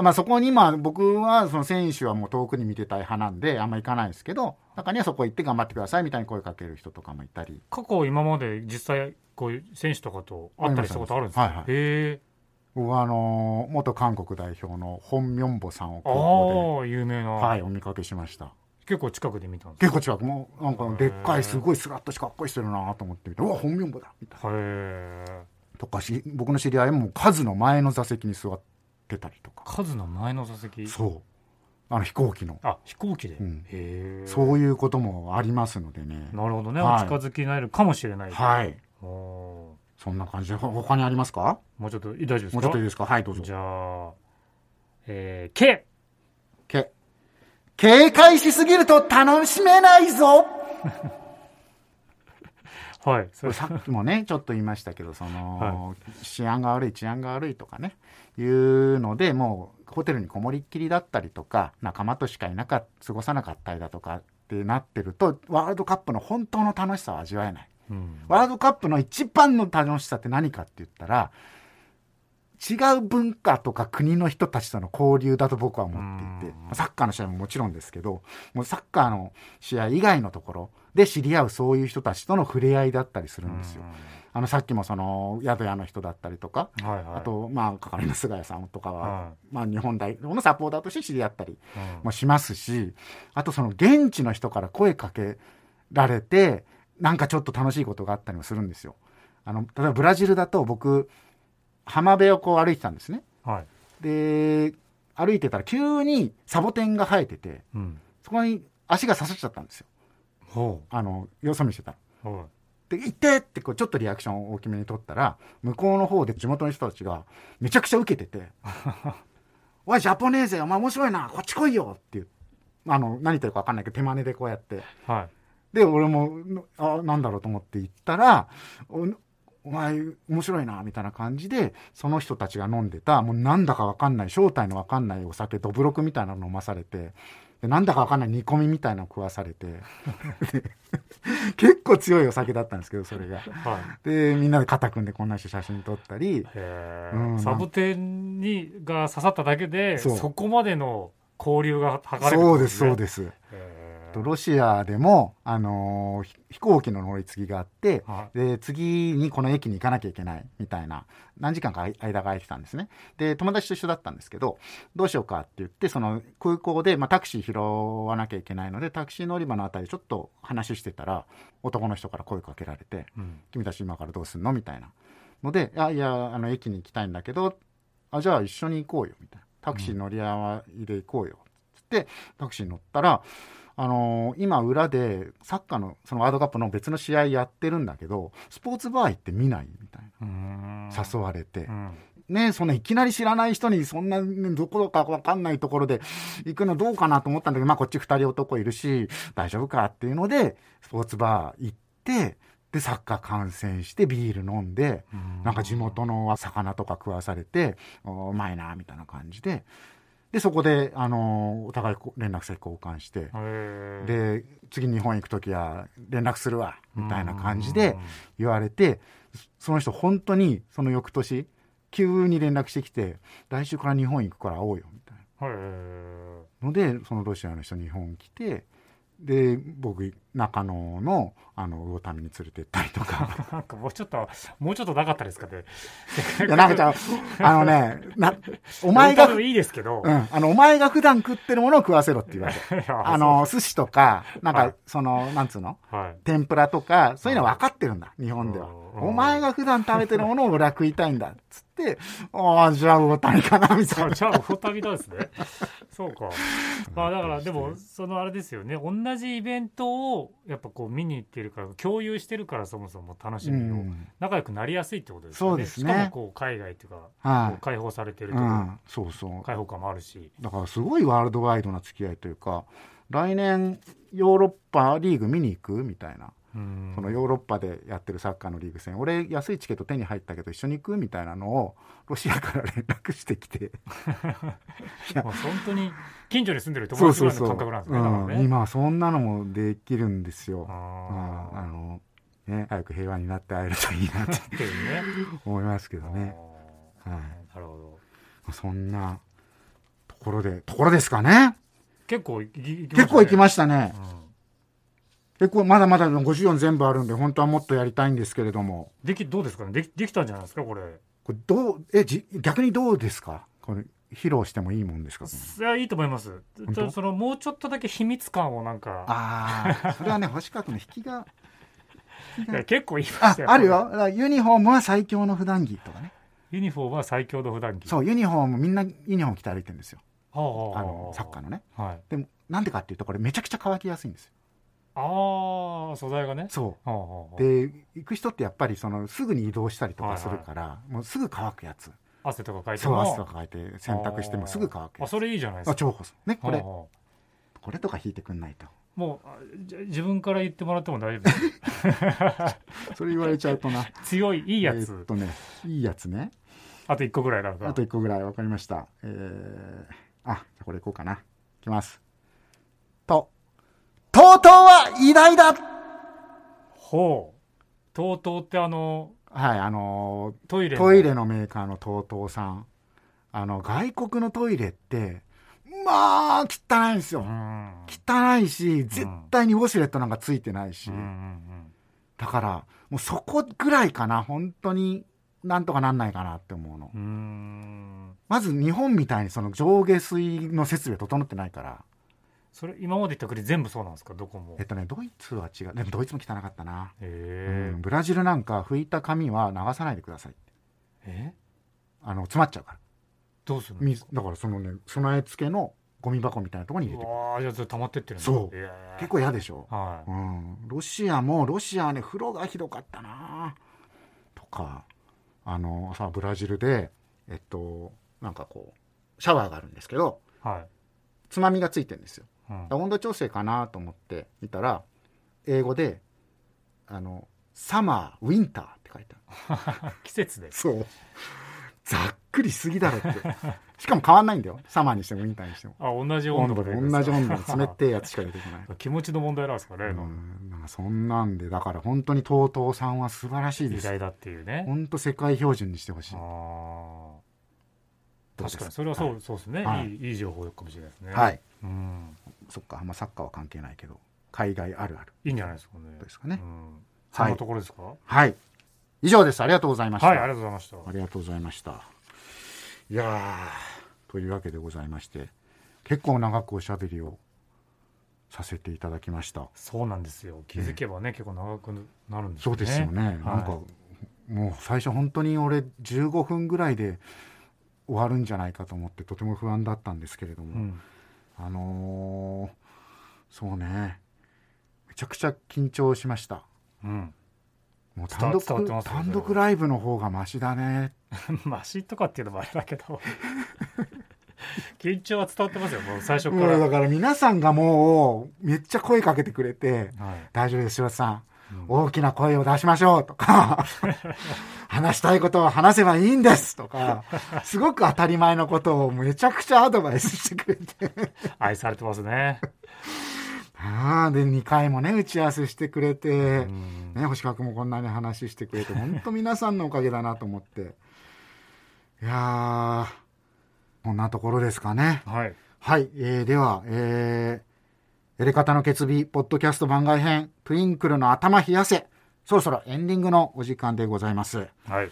F: まあ、そこに今僕はその選手はもう遠くに見てたい派なんであんま行かないですけど中にはそこ行って頑張ってくださいみたいに声かける人とかもいたり
E: 過去今まで実際こういう選手とかと会ったりしたことあるんです
F: あり
E: か
F: ますあります
E: へえ
F: 僕はあのー元韓国代表のホン・ミョンボさんを
E: あ
F: 高校
E: あ有名な
F: で、はい、お見かけしました
E: 結構近くで見たんです
F: 結構違うもうなんかでっかいすごいスラッとしてかっこいい人るなと思って見てうわホン・ミョンボだみたいな
E: へえ
F: とかし僕の知り合いもカズの前の座席に座ってたりとか
E: 数の前の座席
F: そうあの飛行機の
E: あ飛行機で、
F: うん
E: へえ
F: そういうこともありますのでね
E: なるほどね、
F: はい
E: お近づきになれるかもしれない
F: はい
E: お
F: そんな感じでほ他にありますか
E: ーもうちょっといい大丈夫ですか
F: もうちょっといいですかはいどうぞ
E: じゃあえー、K
F: け警戒しすぎると楽しめないぞ
E: はいそれ
F: さっきもね ちょっと言いましたけどその、治安が悪い治安が悪いとかねいうのでもうホテルにこもりっきりだったりとか仲間としかいなかっ過ごさなかったりだとかってなってるとワールドカップの本当の楽しさを味わえない。
E: うん
F: ワールドカップの一番の楽しさって何かって言ったら違う文化とか国の人たちとの交流だと僕は思ってい
E: う
F: て
E: ん
F: まあサッカーの試合ももちろんですけどもうサッカーの試合以外のところで知り合うそういう人たちとの触れ合いだったりするんですよ。あのさっきもその宿屋の人だったりとか、
E: うんはいはい
F: あとまあ係の菅谷さんとかは、
E: は
F: まあ、日本代表のサポーターとして知り合ったり
E: い、
F: もしますし、あとその現地の人から声かけられて、なんかちょっと楽しいことがあったりもするんですよ。あの、例えばブラジルだと僕、浜辺をこう歩いてたんですね。
E: うんはい
F: で、歩いてたら急にサボテンが生えてて、
E: うん
F: そこに足が刺さっちゃったんですよ。
E: ほ
F: あの、よそ見してたら。
E: うほ
F: で、行ってってこうちょっとリアクションを大きめに取ったら、向こうの方で地元の人たちがめちゃくちゃ受けてて、 おい、ジャポネーゼ、お前面白いな、こっち来いよっていう。あの、何言ってるか分かんないけど、手真似でこうやって。
E: うはい
F: で、俺も、のあ、なんだろうと思って行ったら、おお前、面白いな、みたいな感じで、その人たちが飲んでた、もうなんだかわかんない、正体のわかんないお酒、どぶろくみたいなの飲まされて、でなんだかわかんない煮込みみたいなの食わされて、で結構強いお酒だったんですけど、それが。
E: はい
F: で、みんなで肩組んでこんな人写真撮ったり、
E: へ
F: う
E: ー
F: ん
E: サボテンにが刺さっただけで
F: そ
E: そうこまでの交流が図れるってこと
F: そうです、そうですす。
E: ねへ
F: とロシアでも、あのーひ飛行機の乗り継ぎがあって、
E: は
F: で次にこの駅に行かなきゃいけないみたいな何時間か間が空いてたんですねで友達と一緒だったんですけどどうしようかって言ってその空港で、まあ、タクシー拾わなきゃいけないのでタクシー乗り場のあたりちょっと話してたら男の人から声かけられて
E: うん
F: 「君たち今からどうすんの?」みたいなので「あいやあの駅に行きたいんだけどあじゃあ一緒に行こうよ」みたいな「タクシー乗り合いで行こうよ」つってタクシーに乗ったらあのー今裏でサッカーのそのワールドカップの別の試合やってるんだけどスポーツバー行って見ないみたいな
E: うん
F: 誘われて
E: う、ん
F: ねそんないきなり知らない人にそんな、ね、どこかわかんないところで行くのどうかなと思ったんだけどまあこっち2人男いるし大丈夫かっていうのでスポーツバー行ってでサッカー観戦してビール飲んでなんか地元の魚とか食わされておうまいなみたいな感じででそこで、あのーお互いこう連絡先交換して。
E: へー
F: で次日本行く時は連絡するわみたいな感じ
E: う
F: で
E: ん
F: 言われてその人本当にその翌年急に連絡してきて来週から日本行くから会おうよみたい
E: へー
F: なのでそのロシアの人日本来てで僕中野のあの魚民に連れてったりとか
E: なんかもうちょっともうちょっとなかったですかね
F: いやなんかじゃああのねなお前が、
E: ローカ ルいいですけど、
F: うん、あのお前が普段食ってるものを食わせろって言われて
E: いや
F: あの寿司とかなん
E: はい
F: かそのなんつうの
E: はい
F: 天ぷらとかそういうのは分かってるんだ日本では
E: うん
F: お前が普段食べてるものを俺は食いたいんだっつってああじゃあ大谷かなみたい
E: あ
F: な
E: じゃあ、お旅だ ですね。そうか。まあ、だから、でも、そのあれですよね。同じイベントを、やっぱこう見に行ってるから、共有してるから、そもそも楽しみ
F: う
E: を
F: ん。
E: 仲良くなりやすいってことですよね。
F: そうですね
E: しかも、こう海外っていうか、こ
F: は
E: う解放されて
F: い、
E: る
F: う
E: とか、
F: ん、そうそう
E: 開放感もあるし。
F: だからすごいワールドワイドな付き合いというか来年ヨーロッパリーグ見に行くみたいな
E: うん
F: そのヨーロッパでやってるサッカーのリーグ戦俺安いチケット手に入ったけど一緒に行くみたいなのをロシアから連絡してきて
E: まあ本当に、近所に住んでる友
F: そう
E: 達ぐ
F: そう
E: らい
F: そ
E: の感
F: う
E: 覚なんですね。だか
F: う
E: ら
F: ん
E: ね
F: 今そんなのもできるんですよ
E: あ
F: うんあ
E: ー
F: のね、早く平和になって会えるといいな って
E: っていうね。
F: 思いますけどね。
E: あー
F: はい
E: なるほど。
F: そんなところで、ところですかね。
E: 結構いき、い
F: 結構行き
E: し
F: ましたね
E: た。ねうん
F: 結構まだまだ54全部あるんで、本当はもっとやりたいんですけれども。
E: でき、どうですかねでき、できたんじゃないですか、これ。
F: これどう、え、じ逆にどうですかこれ、披露してもいいもんですか
E: いやいいと思います
F: 本当
E: そのもうちょっとだけ秘密感をなんか
F: ああ、それはね、星川君の引きが。
E: いや結構言いま
F: あ
E: した、よ
F: あるよ。だからユニフォームは最強の普段着とかね。
E: ユニフォームは最強の普段着
F: そう、ユニフォーム、みんなユニフォーム着て歩いてるんですよ。
E: あ
F: あの、サッカー
E: の
F: のね。
E: はい
F: でも、なんでかっていうと、これめちゃくちゃ乾きやすいんですよ。
E: ああ素材がね
F: そう。
E: はあはあはあ
F: で行く人ってやっぱりそのすぐに移動したりとかするから、もうすぐ乾くやつ
E: 汗とかかいて
F: そう
E: も
F: 汗とかかいて洗濯してもすぐ乾
E: あ
F: くやつ
E: それいいじゃないです
F: あ
E: か
F: 重宝するねこ
E: は
F: れ、
E: あはあ
F: これとか引いてくんないと
E: もうあじゃ自分から言ってもらっても大丈夫です
F: それ言われちゃうとな
E: 強 いいいやつ、
F: えーっとねいいやつね
E: あと一個ぐらいなんか
F: あと1個ぐらいわかりましたえー、あじゃあこれいこうかないきますと「とうとうは偉大だ!」
E: ほうとうとうってあの
F: はいあのー
E: トイレの
F: トイレのメーカーの TOTO さんあの外国のトイレってまあ汚いんですよ、
E: うん
F: 汚いし絶対にウォシュレットなんかついてないし、
E: うんうん
F: だからもうそこぐらいかな本当になんとかなんないかなって思うの、
E: うんうん
F: まず日本みたいにその上下水の設備が整ってないから
E: それ今まで言った国全部そうなんですかどこも
F: えっとねドイツは違うでもドイツも汚かったな、
E: え
F: うんブラジルなんか拭いた紙は流さないでくださいって
E: え
F: あの詰まっちゃうから
E: どうするの
F: 水だからそのね備え付けのゴミ箱みたいなところに入れてくる
E: わあじゃあそれ溜まってってるんだ
F: そう
E: えー
F: 結構嫌でしょ
E: は
F: う
E: い
F: ん、ロシアもロシアはね風呂がひどかったなとかあのさブラジルでえっとなんかこうシャワーがあるんですけど
E: はい、
F: つまみがついてるんですよ
E: うん
F: 温度調整かなと思って見たら英語であの「サマーウィンター」って書いてある
E: 季節です
F: そうざっくりしすぎだろってしかも変わんないんだよサマーにしてもウィンターにしても
E: あ同じ温
F: 温
E: 度
F: 度
E: で
F: で同じ温度の冷
E: て
F: てえやつしか出てこない
E: 気持ちの問題なんですかね、
F: うんなんかそんなんでだから本当に TOTO さんは素晴らしいで
E: 偉
F: す
E: 大だっていうね
F: 本当世界標準にしてほしい
E: あ
F: てこ
E: 確
F: とです
E: かにそれはそう,、
F: い
E: そうですね、
F: はい
E: いい、いい情報かもしれないですね
F: はい
E: うん
F: そっかあんまサッカーは関係ないけど海外あるある
E: いいんじゃないですかね
F: ですかね
E: うん、そんなところですかは
F: はい以上ですありがとうございま
E: い、
F: した、
E: ありがとうございました
F: ありがとうございました。いやーというわけでございまして結構長くおしゃべりをさせていただきました。
E: そうなんですよ気づけばね、結構長くなるんです
F: そうですよね。なんか、
E: はい
F: もう最初本当に俺15分ぐらいで終わるんじゃないかと思ってとても不安だったんですけれども、
E: うん、
F: あのーそうねめちゃくちゃ緊張しました。
E: うん、
F: もう単独
E: 伝わ伝わってますよ
F: 単独ライブの方がマシだね。
E: マシとかっていうのもあれだけ ど緊張は伝わってますよもう最初か
F: も
E: ら、
F: うだから皆さんがもうめっちゃ声かけてくれて。
E: はい
F: 大丈夫です、白田さん。
E: うん
F: 大きな声を出しましょうと か、話したいことを話せばいいんですとか、すごく当たり前のことをめちゃくちゃアドバイスしてくれて。
E: 愛されてますね、
F: ああ、で、2回もね、打ち合わせしてくれ
E: う
F: て、
E: ん、
F: ね、星川君もこんなに話してくれて、本当皆さんのおかげだなと思って。いやー、こんなところですかね。
E: はい
F: はい、えーでは、えー、やり方の決備、ポッドキャスト番外編、トゥインクルの頭冷やせ、そろそろエンディングのお時間でございます。
E: はい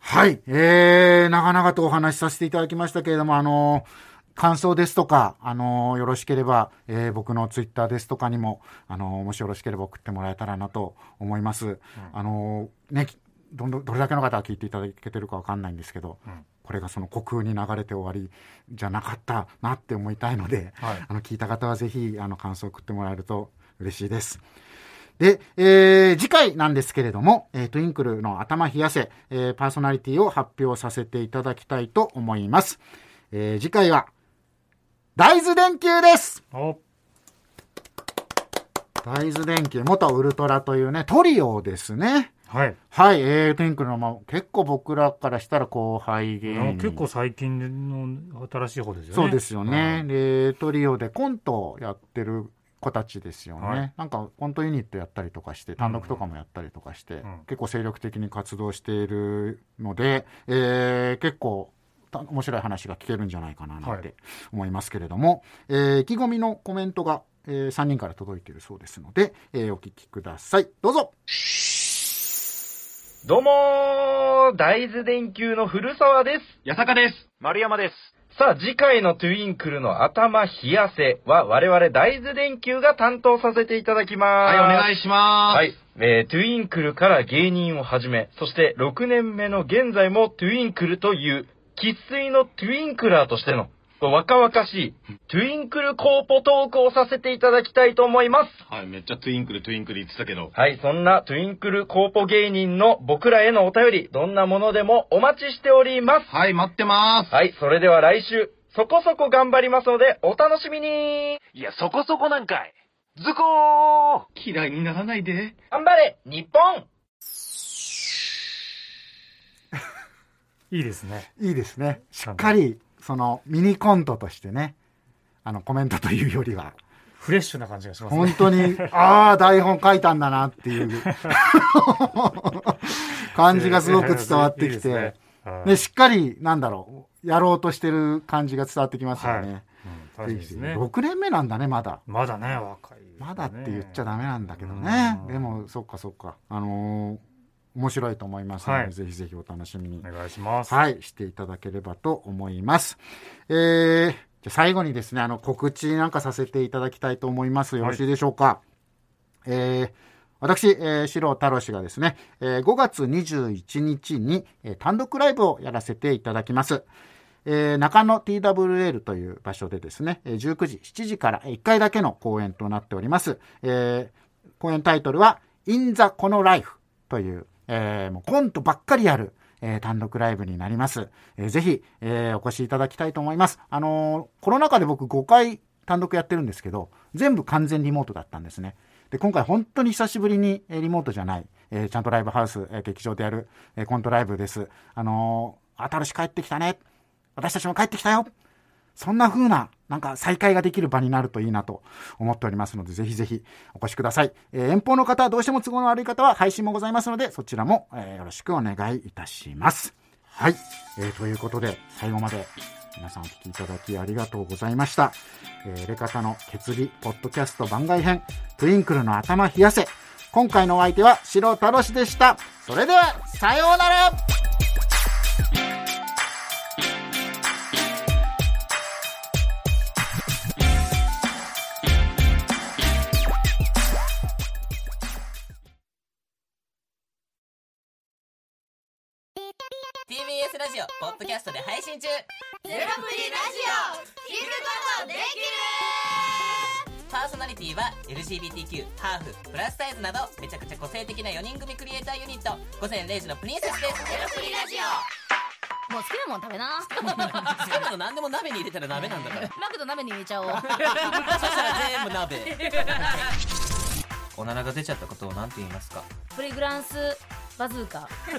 F: はい、えー、長々とお話しさせていただきましたけれども、あのー感想ですとか、あのーよろしければ、えー僕のツイッターですとかにも、あのーもしよろしければ送ってもらえたらなと思います。あのーね、どんどんどれだけの方が聞いていただけてるかわかんないんですけど、
E: ん
F: これがその虚空に流れて終わりじゃなかったなって思いたいので、
E: はい
F: あの聞いた方はぜひあの感想を送ってもらえると嬉しいです。で、えー次回なんですけれども、えートゥインクルの頭冷やせ、えーパーソナリティを発表させていただきたいと思います。えー次回は、大豆電球です
E: お
F: 大豆電球、元ウルトラというね、トリオですね。
E: はい、
F: はい、えー、トゥインクルの、まあ、結構僕らからしたら後輩芸人。
E: 結構最近の新しい方ですよね
F: そうですよね、でトリオでコントをやってる子たちですよね、
E: はい
F: なんかコントユニットやったりとかして単独とかもやったりとかして、
E: ん
F: 結構精力的に活動しているので、えー結構た面白い話が聞けるんじゃないかななん
E: はい
F: て思いますけれども、えー意気込みのコメントが、え3人から届いているそうですので、えーお聞きくださいどうぞ
G: どうもー大豆電球の古澤です。八坂です。丸山です。さあ、次回のトゥインクルの頭冷やせは我々大豆電球が担当させていただきます。
H: はい、お願いします。
G: はい。えー、トゥインクルから芸人を始め、そして6年目の現在もトゥインクルという、喫水のトゥインクラーとしての、若々しい、トゥインクルコーポトークをさせていただきたいと思います。
H: はい、めっちゃトゥインクルトゥインクル言ってたけど。
G: はい、そんなトゥインクルコーポ芸人の僕らへのお便り、どんなものでもお待ちしております。
H: はい、待ってます。
G: はい、それでは来週、そこそこ頑張りますので、お楽しみに
I: いや、そこそこなんかい。ズコー
H: 嫌いにならないで。
G: 頑張れ日本
E: いいですね
F: いいですねしっかりそのミニコントとしてねあのコメントというよりは
E: フレッシュな感じがしますね
F: 本当に、ああ、台本書いたんだなっていう 感じがすごく伝わって
E: いいで
F: き
E: すね
F: て、
E: はい
F: でしっかり、なんだろう、やろうとしてる感じが伝わってきますよね。
E: 楽しみですね
F: 6年目なんだね、まだ。
E: まだね若い、
F: まだって言っちゃ
E: だ
F: ダメなんだけどね
E: う。ん
F: でも、そっかそっか。あのー面白いと思いますので、
E: はい
F: ぜひぜひお楽しみに。
E: お願いします
F: はい、していただければと思います。えー、じゃあ最後にですね、あの、告知なんかさせていただきたいと思います。よろしいでしょうか。えー私、えー、白太郎氏がですね、えー5月21日に、えー単独ライブをやらせていただきます。えー中野 TWL という場所でですね、えー19時、7時から1回だけの公演となっております。えー公演タイトルは、In the このライフという、えーもうコントばっかりやる、えー単独ライブになります。えーぜひ、えーお越しいただきたいと思います。あのーコロナ禍で僕5回単独やってるんですけど、全部完全リモートだったんですね。で、今回本当に久しぶりに、えーリモートじゃない、えーちゃんとライブハウス、えー劇場でやる、えーコントライブです。あのー、新しく帰ってきたね。私たちも帰ってきたよ。そんな風な、なんか再会ができる場になるといいなと思っておりますので、ぜひぜひお越しください。えー遠方の方、どうしても都合の悪い方は配信もございますので、そちらも、えーよろしくお願いいたします。はい。えーということで、最後まで皆さんお聞きいただきありがとうございました。えー、レカタの決意ポッドキャスト番外編、トゥインクルの頭冷やせ。今回のお相手は、白太郎氏でした。それでは、さようなら
J: パーソナリティは LGBTQ ハーフプラスサイズなどめちゃくちゃ個性的な4人組クリエイターユニット午前0時のプリンセスですゼロプリラジ
K: もう好きなもん食べな
J: オ好きなの何でも鍋に入れたら鍋なんだ から
K: マクド鍋に入れちゃおう
J: そしたら全部 鍋おならが出ちゃったことを何て言いますか
K: プレグランスバズー カ
J: ちな